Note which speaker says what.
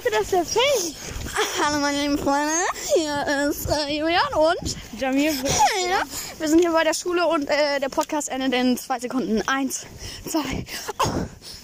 Speaker 1: für das der Fake.
Speaker 2: Hallo meine lieben Freunde, hier ist äh, Julian und
Speaker 1: Jamil.
Speaker 2: ja, wir sind hier bei der Schule und äh, der Podcast endet in zwei Sekunden. Eins, zwei. Oh.